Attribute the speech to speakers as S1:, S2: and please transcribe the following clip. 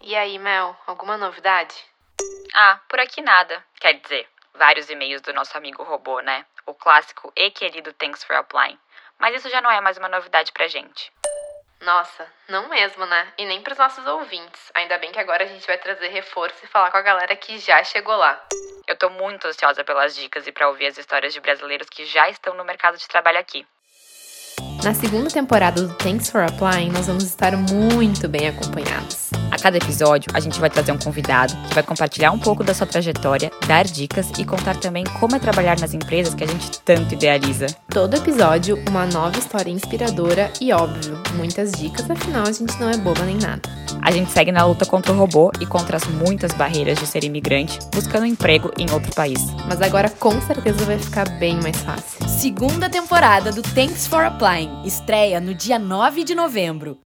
S1: E aí, Mel, alguma novidade?
S2: Ah, por aqui nada. Quer dizer, vários e-mails do nosso amigo robô, né? O clássico e querido Thanks for Applying. Mas isso já não é mais uma novidade pra gente.
S1: Nossa, não mesmo, né? E nem pros nossos ouvintes. Ainda bem que agora a gente vai trazer reforço e falar com a galera que já chegou lá.
S2: Eu tô muito ansiosa pelas dicas e pra ouvir as histórias de brasileiros que já estão no mercado de trabalho aqui.
S1: Na segunda temporada do Thanks for Applying, nós vamos estar muito bem acompanhados.
S2: A cada episódio, a gente vai trazer um convidado que vai compartilhar um pouco da sua trajetória, dar dicas e contar também como é trabalhar nas empresas que a gente tanto idealiza.
S1: Todo episódio, uma nova história inspiradora e, óbvio, muitas dicas, afinal a gente não é boba nem nada.
S2: A gente segue na luta contra o robô e contra as muitas barreiras de ser imigrante, buscando emprego em outro país.
S1: Mas agora com certeza vai ficar bem mais fácil.
S3: Segunda temporada do Thanks for Applying estreia no dia 9 de novembro.